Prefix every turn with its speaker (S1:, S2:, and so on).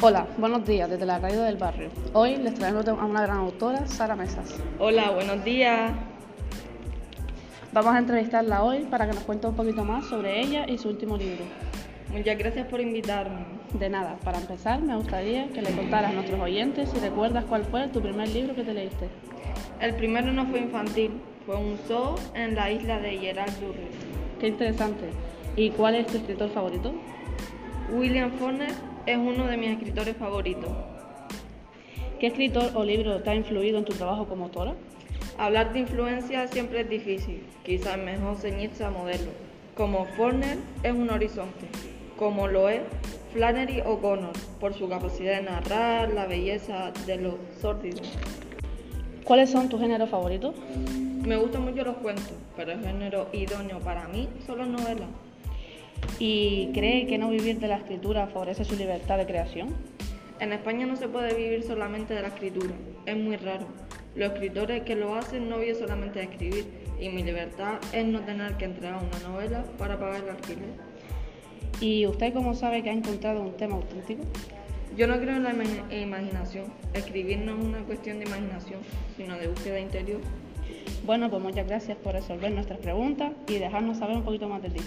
S1: Hola, buenos días desde la radio del barrio. Hoy les traemos a una gran autora, Sara Mesas.
S2: Hola, buenos días.
S1: Vamos a entrevistarla hoy para que nos cuente un poquito más sobre ella y su último libro.
S2: Muchas gracias por invitarme.
S1: De nada, para empezar me gustaría que le contaras a nuestros oyentes si recuerdas cuál fue tu primer libro que te leíste.
S2: El primero no fue infantil, fue un zoo en la isla de Gerald Durry.
S1: Qué interesante. ¿Y cuál es tu escritor favorito?
S2: William Faulkner es uno de mis escritores favoritos.
S1: ¿Qué escritor o libro te ha influido en tu trabajo como autora?
S2: Hablar de influencia siempre es difícil, quizás mejor ceñirse a modelos. Como Faulkner es un horizonte, como lo es Flannery O'Connor por su capacidad de narrar la belleza de los sórdidos.
S1: ¿Cuáles son tus géneros favoritos?
S2: Me gustan mucho los cuentos, pero el género idóneo para mí son las novelas.
S1: ¿Y cree que no vivir de la escritura favorece su libertad de creación?
S2: En España no se puede vivir solamente de la escritura, es muy raro. Los escritores que lo hacen no viven solamente de escribir y mi libertad es no tener que entregar una novela para pagar el alquiler.
S1: ¿Y usted cómo sabe que ha encontrado un tema auténtico?
S2: Yo no creo en la ima- imaginación. Escribir no es una cuestión de imaginación, sino de búsqueda interior.
S1: Bueno, pues muchas gracias por resolver nuestras preguntas y dejarnos saber un poquito más de ti.